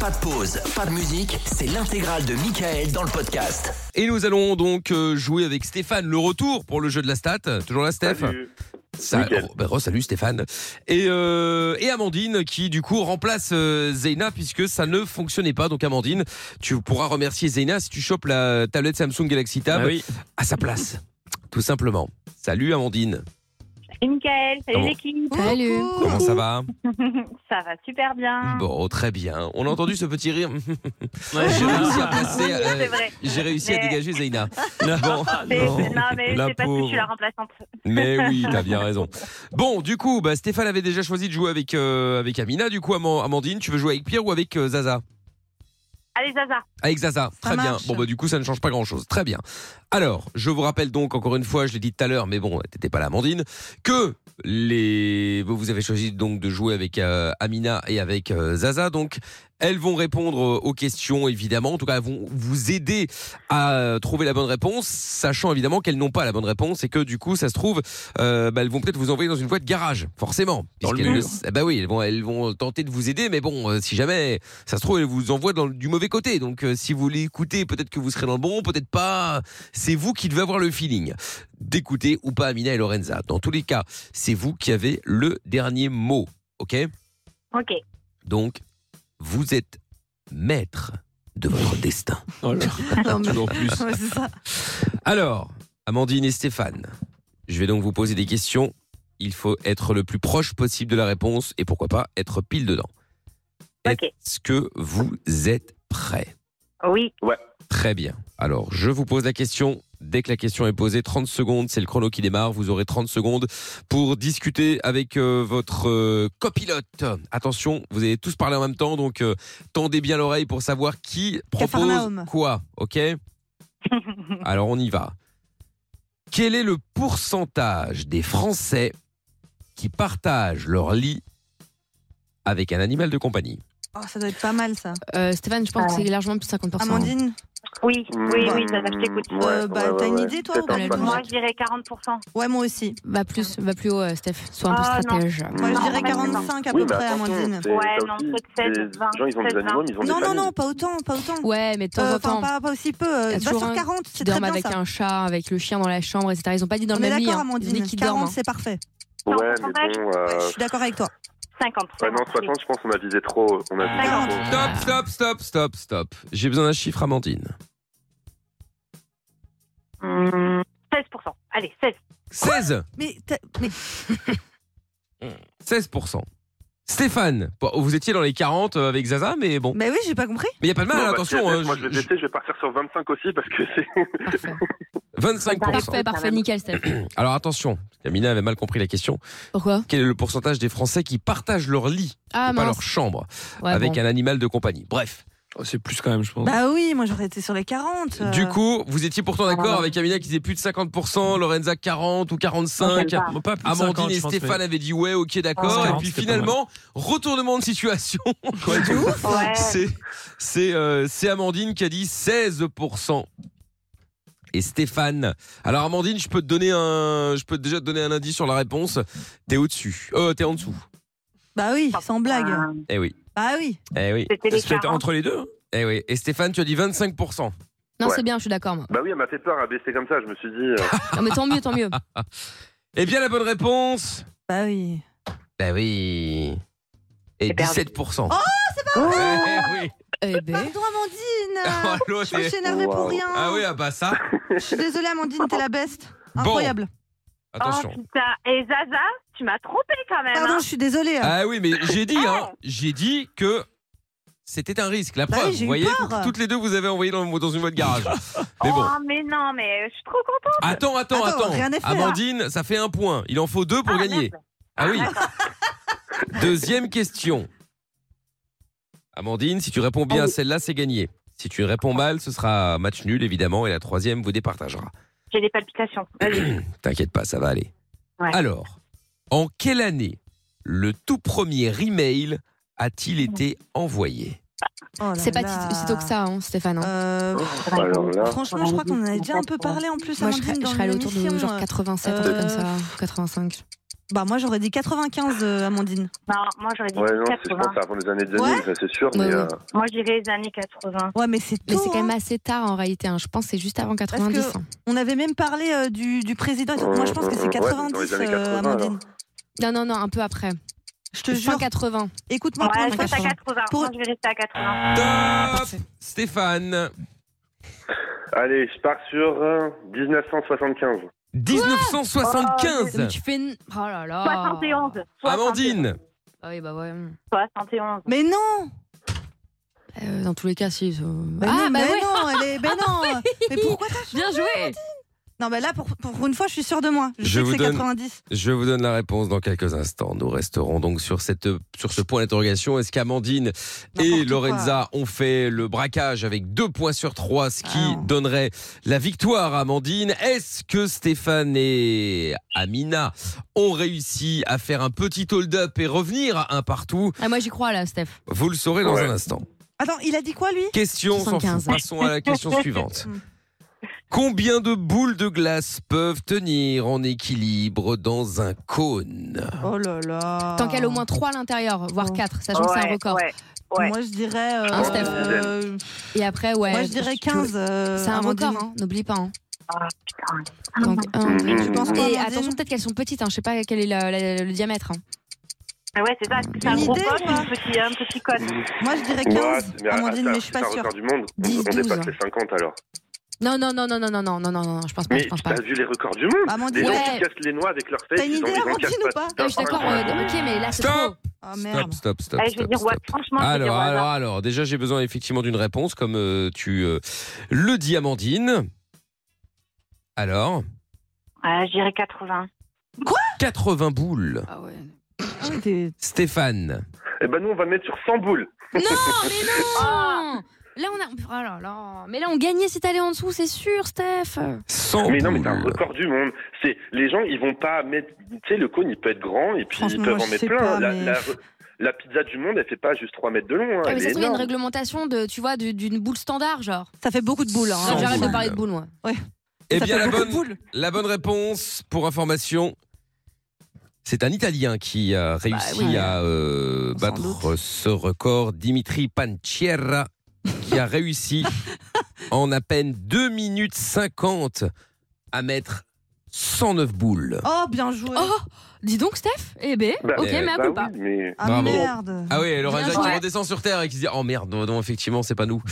Pas de pause, pas de musique, c'est l'intégrale de Michael dans le podcast. Et nous allons donc euh, jouer avec Stéphane le retour pour le jeu de la stat. Toujours là, Steph Salut. Ça- Nickel. oh, bah, re- Salut Stéphane. Et, euh, et Amandine qui du coup remplace euh, Zeyna puisque ça ne fonctionnait pas. Donc Amandine, tu pourras remercier Zeyna si tu chopes la tablette Samsung Galaxy Tab Ah oui. à sa place. Tout simplement. Salut Amandine. Et Mickaël, salut Comment- l'équipe. Salut. Comment ça va Ça va super bien. Bon, très bien. On a entendu ce petit rire. Ouais, J'ai je- réussi à placer, Oui, euh, Ah, c'est vrai. j'ai réussi à Mais- dégager Zeyna. Bon. C'est- non. non, mais La c'est parce que je pauvre. suis la remplaçante. Mais oui, t'as bien raison. Bon, du coup, bah, Stéphane avait déjà choisi de jouer avec, euh, avec Amina. Du coup, Ama- Amandine, tu veux jouer avec Pierre ou avec euh, Zaza Allez, Zaza. Avec Zaza, Ça très marche. bien. Bon, bah, du coup, ça ne change pas grand-chose. Très bien. Alors, je vous rappelle donc, encore une fois, je l'ai dit tout à l'heure, mais bon, t'étais pas là, Amandine, que les... vous vous avez choisi donc de jouer avec euh, Amina et avec euh, Zaza. Donc, elles vont répondre euh, aux questions, évidemment. En tout cas, elles vont vous aider à euh, trouver la bonne réponse, sachant évidemment qu'elles n'ont pas la bonne réponse et que du coup, ça se trouve, euh, bah, elles vont peut-être vous envoyer dans une voie de garage, forcément. Dans le Puisqu'elles mur. le- Eh Bah oui, elles vont, elles vont tenter de vous aider, mais bon, euh, si jamais ça se trouve, elles vous envoient dans, le- du mauvais côté. Donc, euh, si vous l'écoutez, peut-être que vous serez dans le bon, peut-être pas. C'est vous qui devez avoir le feeling d'écouter ou pas Amina et Lorenza. Dans tous les cas, c'est vous qui avez le dernier mot, ok Ok. donc, vous êtes maître de votre destin. Oh là, Non, mais- toujours plus. Ouais, c'est ça. Alors, Amandine et Stéphane, je vais donc vous poser des questions. Il faut être le plus proche possible de la réponse et pourquoi pas être pile dedans. Ok. Est-ce que vous êtes prêts Oui. Très bien. Alors, je vous pose la question. Dès que la question est posée, 30 secondes, c'est le chrono qui démarre. Vous aurez 30 secondes pour discuter avec euh, votre euh, copilote. Attention, vous allez tous parler en même temps, donc euh, tendez bien l'oreille pour savoir qui propose Capharnaüm. quoi. Ok Alors on y va. Quel est le pourcentage des Français qui partagent leur lit avec un animal de compagnie Oh, ça doit être pas mal ça. Euh, Stéphane, je pense que c'est largement plus de 50%. Ah. Amandine, oui, oui, oui, Zaza, je t'écoute. Bah, Ouais, Euh, bah, ouais, t'as ouais, une ouais. idée, toi, Peut-être ou un pas peu. du Moi, je dirais 40%. ouais, moi aussi. Va plus, va plus haut, euh, Steph. Sois un peu Ah, non. stratège. Moi, je Non, dirais mais 45 à Oui, peu mais près, attention, Amandine. c'est- Ouais, t'as non, aussi peut-être des- 20, Les gens, ils ont des peut-être animaux, mais ils ont Non, des non, non, familles. pas autant, pas autant. Ouais, mais de temps Euh, en Enfin, temps. pas, pas aussi peu. Il y euh, a Va toujours sur un 40, c'est très Ils dorment bien avec ça. un chat, avec le chien dans la chambre, etc. Ils sont pas dit dans On le est même lit. d'accord, hein. Ils disent Amandine. qu'ils 40, dorment. hein. c'est parfait. Non, Ouais, mais pourcentage. bon. euh, Ouais, je suis d'accord avec toi. 50%. Ouais, non, 60, je pense qu'on a visé trop. On a visé Ah. trop. Stop, stop, stop, stop, stop. J'ai besoin d'un chiffre, Amandine. Mmh, 16%. Allez, 16. 16 Mais, t'as- mais 16%. Stéphane, bon, vous étiez dans les 40 avec Zaza, mais bon. Mais bah oui, j'ai pas compris. il n'y a pas de mal, Non, bah, attention. tiens, hein, moi, je vais je- tester, je vais partir sur 25 aussi parce que c'est. Parfait. je- 25%. Parfait, parfait, nickel, Steph. Alors attention, Amina avait mal compris la question. Pourquoi Quel est le pourcentage des Français qui partagent leur lit, Ah, et pas mince. leur chambre, Ouais, avec bon. un animal de compagnie Bref. Oh, c'est plus quand même, je pense. Bah oui, moi j'aurais été sur les 40. euh. Du coup, vous étiez pourtant d'accord voilà. avec Amina qui disait plus de 50%, Lorenza 40 ou 45. Ah, Bon, pas plus de Amandine 50, et je pense, mais- Stéphane avaient dit ouais, ok, d'accord. Ah, et puis c'était pas finalement, retournement de situation. Ouais. C'est c'est euh, c'est Amandine qui a dit 16%. Et Stéphane. Alors Amandine, je peux te donner un, je peux déjà te donner un indice sur la réponse. T'es au dessus. Euh, t'es en dessous. Bah oui, Ah. sans blague. Euh, Eh oui. Bah oui. Eh oui. C'était les Parce que t'es 40. entre les deux. hein. Eh oui. Et Stéphane, tu as dit 25%. Non, Ouais. c'est bien, je suis d'accord. moi. Bah oui, elle m'a fait peur à baisser comme ça. Je me suis dit. euh, Non, mais tant mieux, tant mieux. Eh bien la bonne réponse. Bah oui. Bah oui. Et J'ai perdu. 17%. Oh, c'est pas vrai. oui. Eh ben. Pardon, Amandine. Oh, l'autre Je me est- suis énervée pour Waouh. rien. Ah oui, ah bah ça. Je suis désolée, Amandine, t'es la best. Bon. Incroyable. Attention. Oh, putain. Et Zaza, tu m'as trompé quand même. Pardon, hein. je suis désolée. Ah oui, mais j'ai dit, hein, j'ai dit que c'était un risque. La Bah preuve, oui, j'ai vous eu voyez, peur. toutes les deux vous avez envoyé dans, dans une voie de garage. Mais bon, Oh, mais non, mais je suis trop contente. attends, attends, Attends, attends. rien n'est fait, hein. Amandine, ça fait un point. Il en faut deux pour Ah, gagner. merde. Ah oui. Deuxième question. Amandine, si tu réponds Ah bien à celle-là, c'est gagné. Si tu réponds mal, ce sera match nul, évidemment, et la troisième vous départagera. J'ai des palpitations. Vas-y. T'inquiète pas, ça va aller. Ouais. Alors, en quelle année le tout premier email a-t-il été envoyé Oh là C'est pas là. si si tôt que ça, hein, Stéphane. hein. Euh, alors là. Franchement, je crois qu'on en avait déjà un peu parlé en plus. Moi, je serais, Amandine, je dans serais allée autour de l'émission, genre euh. 87, un truc euh, comme ça, 85. Bah, moi, j'aurais dit 95, euh, Amandine. Non, moi j'aurais dit Ouais, non, c'est- je 80. pense que avant les années 2000, Ouais. ça, c'est sûr, Ouais, mais ouais. euh, Moi j'irais les années 80. Ouais, mais c'est Mais tôt, c'est quand hein. même assez tard en réalité. hein. Je pense que c'est juste avant 90. hein. On avait même parlé euh, du, du président. et tout. Moi, je pense que c'est Ouais, 90, dans les années euh, 80, Amandine. Non, non, non, un peu après. Je te Fin jure. 80. Écoute-moi pour Ouais, une je fois. reste à 80. Pour- Moi je vais rester à 80. Ah, Top Stéphane Allez, je pars sur euh, 1975. 1975 Mais tu fais. une- Oh là là. 71. 71. Ah. Amandine Ah oui, bah ouais. 71. Mais non Euh, dans tous les cas, si. ça- mais ah, non, bah mais ouais. Ah non, elle est... ben non Mais pourquoi t'as Bien joué. Non, mais là, pour, pour une fois, je suis sûre de moi. Je, Je sais vous que c'est donne- 90. Je vous donne la réponse dans quelques instants. Nous resterons donc sur, cette, sur ce point d'interrogation. Est-ce qu'Amandine et N'importe Lorenza ont fait le braquage avec deux points sur trois, ce qui Ah non. donnerait la victoire à Amandine Est-ce que Stéphane et Amina ont réussi à faire un petit hold-up et revenir à un partout Ah, moi j'y crois là, Steph. Vous le saurez dans Ouais. un instant. Attends, il a dit quoi, lui Question, s'en fout. 75. passons à la Euh, question suivante. Mm. Combien de boules de glace peuvent tenir en équilibre dans un cône Oh là là Ah. Tant qu'elle a au moins 3 à l'intérieur, voire Oh. 4, sachant que c'est un Ouais, record. ouais. ouais. Moi, je dirais... euh, Un step. euh, Et après, ouais. moi, je dirais 15. euh, C'est un Amandine. record, hein, n'oublie pas. hein. Ah, putain. Donc, un- Mhm. Tu penses pas, Et Amandine attention, peut-être qu'elles sont petites, hein, je sais pas quel est la- la- le diamètre. hein. Ah ouais, c'est ça. Est-ce que c'est un Une gros idée, code ou quoi. un petit, un petit code Moi, je dirais Ouais, 15, à- à Amandine, ça, mais je suis c'est pas un sûre. record du monde. On- 10, on 12. dépasse les 50 alors. Non, non, non, non, non, non, non, non, non, non, je pense pas, Mais Ah, je pense pas. t'as vu les records du monde Amandine, Les gens Ouais. qui cassent les noix avec leurs fesses, T'as une ils en- idée, ils en Amandine, cassent ou pas Ouais, je suis d'accord, Incroyable. euh, ok, mais là c'est trop. Stop Ah, Stop, merde. stop, stop. Allez, Je vais stop, dire ouais, stop. franchement, je vais dire Alors, ouais. alors, alors, déjà j'ai besoin effectivement d'une réponse, comme euh, tu euh, le dis, Amandine. Alors, Ouais, je dirais 80. 80 boules. Ah ouais. Ah oui, t'es- Stéphane, Eh ben nous, on va mettre sur 100 boules. Non, mais non Là on a. Oh là là. Mais là on gagnait si t'allais en dessous, c'est sûr, Steph. 100 mais non, mais Oh, boules. c'est un record du monde. C'est les gens, ils vont pas mettre. Tu sais, le cône, il peut être grand et puis ils Franchement, peuvent moi, en je mettre sais plein. pas, la, mais- la- la pizza du monde, elle fait pas juste 3 mètres de long. hein, Ah, mais elle ça se est trouve, il y a une énorme. réglementation de, tu vois, du- d'une boule standard, genre. Ça fait beaucoup de boules. Non, Hein. Sans J'arrête de boule. parler de boule, moi. Eh Ça bien, fait la beaucoup de bonne, boules. La bonne réponse, pour information, c'est un Italien qui a réussi oui. à euh, Sans battre ce record, Dimitri Panchera, qui a réussi en à peine 2 minutes 50 à mettre 109 boules. Oh, bien joué. Oh Dis donc, Steph Eh ben, Bah, ok, eh, mais à bah coup oui, pas. mais ah, bravo. merde. Ah oui, Lorenza Bien qui joué. redescend sur Terre et qui se dit Oh merde, non, non, effectivement, c'est pas nous.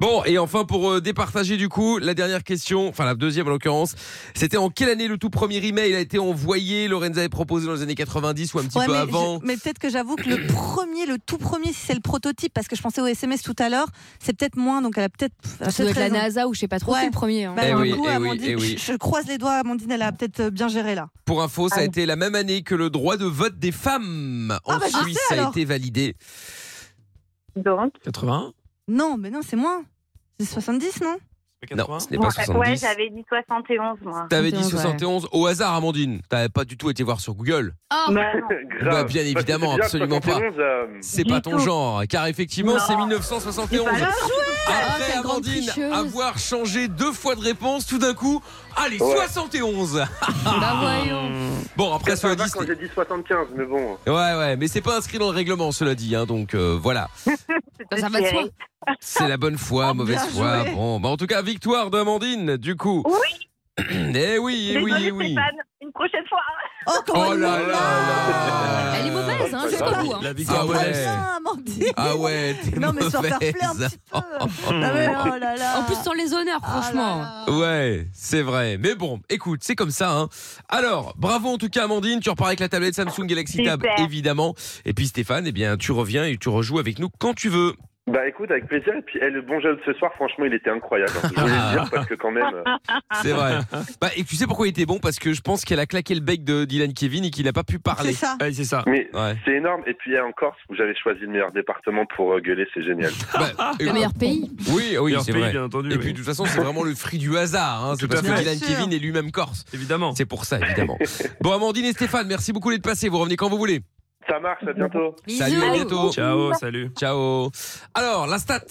Bon, et enfin, pour euh, départager du coup, la dernière question, enfin la deuxième en l'occurrence, c'était en quelle année le tout premier email a été envoyé Lorenza est proposé dans les années 90 ou un petit Ouais, peu mais, avant je- mais peut-être que j'avoue que le premier, le tout premier, si c'est le prototype, parce que je pensais au SMS tout à l'heure, c'est peut-être moins, donc elle a peut-être. elle a Ah, Ça doit être peut-être la raison. NASA ou je sais pas trop Ouais. qui le premier. hein. Bah, Eh du oui, coup, eh oui, Amandine, eh oui. Je, je croise les doigts, Amandine, elle a peut-être euh, bien géré là. Pour info, ça a Ah. été la même année que le droit de vote des femmes en Ah bah, je Suisse sais, a alors. été validé. Donc, 81 Non, mais non, c'est moins. C'est 70, non Non, 80 ce n'est pas ouais, 70. j'avais dit 71, moi. T'avais dit 71, ouais. 71 au hasard, Amandine. T'avais pas du tout été voir sur Google. Ah, Bah, non. grave. Bah, bien évidemment, Parce que absolument pas. 71, euh, C'est Du pas ton tout. genre, car effectivement, Non. c'est 1971. C'est pas Après Ah, quelle grande Amandine tricheuse. avoir changé deux fois de réponse, tout d'un coup, allez, Ouais. 71 bah voyons. Bon, après, ça cela va dit, quand c'était- j'ai dit 75, mais bon. Ouais, ouais, mais c'est pas inscrit dans le règlement, cela dit, hein, donc euh, voilà. C'était Bah, Ça va de tiré. soi. C'est la bonne foi, Oh, mauvaise bien foi. joué. Bon, bah en tout cas, victoire d'Amandine, du coup. Eh oui, eh oui, Désolée, eh oui. Stéphane, une prochaine fois. Oh, comment Oh elle là est là là. là. Elle est mauvaise, hein, jusqu'au Ah, bout. hein. La Ah victoire ouais. modeste. Ah, Amandine Ah ouais, t'es Non, mais sans faire mauvaise. plaire un petit peu. Ah ouais, oh là là. Mmh. En plus, sans les honneurs, Ah là franchement. là. Ouais, c'est vrai. Mais bon, écoute, c'est comme ça. Hein. Alors, bravo en tout cas Amandine, tu repars avec la tablette Samsung Galaxy Tab, Super. évidemment. Et puis Stéphane, eh bien, tu reviens et tu rejoues avec nous quand tu veux. Bah écoute, avec plaisir. Et puis, eh, le bon jeu de ce soir, franchement, il était incroyable. hein. Je voulais le dire parce que quand même. euh, C'est vrai. bah, et tu sais pourquoi il était bon Parce que je pense qu'elle a claqué le bec de Dylan Kevin et qu'il n'a pas pu C'est parler. ça. Ouais, c'est ça. Mais Ouais. c'est énorme. Et puis, eh, en Corse, où j'avais choisi le meilleur département pour euh, gueuler, c'est génial. Bah, Le meilleur pays. Oui, oui, Meilleur c'est pays, vrai. bien entendu. Et oui. puis de toute façon, c'est vraiment le fruit du hasard. Hein. C'est Tout parce à que fait. Dylan Bien sûr. Kevin est lui-même corse. évidemment. C'est pour ça, évidemment. bon, Amandine et Stéphane, merci beaucoup les de passer. Vous revenez quand vous voulez. Ça marche, à bientôt. Salut, à Bisous. Oh, bientôt. Ciao, salut. Ciao. Alors, la stat.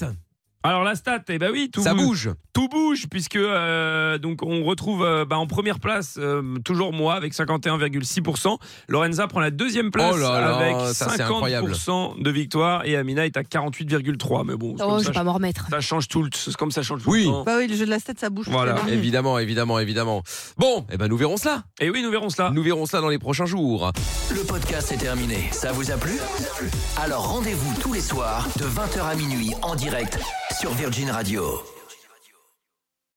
Alors la stat, eh ben oui, tout Ça bouge. Tout bouge puisque euh, donc on retrouve euh, bah, en première place euh, toujours moi avec 51,6%. Lorenza prend la deuxième place Oh là là, avec ça, c'est incroyable. 50% de victoire et Amina est à 48,3. Mais bon, c'est Oh, comme je ça, vais pas m'en remettre. ça change tout. le- C'est comme ça change tout Oui. le temps. Bah oui, le jeu de la tête, ça bouge. Voilà. c'est bien. Ah, Évidemment, évidemment, évidemment. Bon, eh ben nous verrons cela. Et oui, nous verrons cela. Nous verrons cela dans les prochains jours. Le podcast est terminé. Ça vous a plu Alors rendez-vous tous les soirs de 20h à minuit en direct sur Virgin Radio.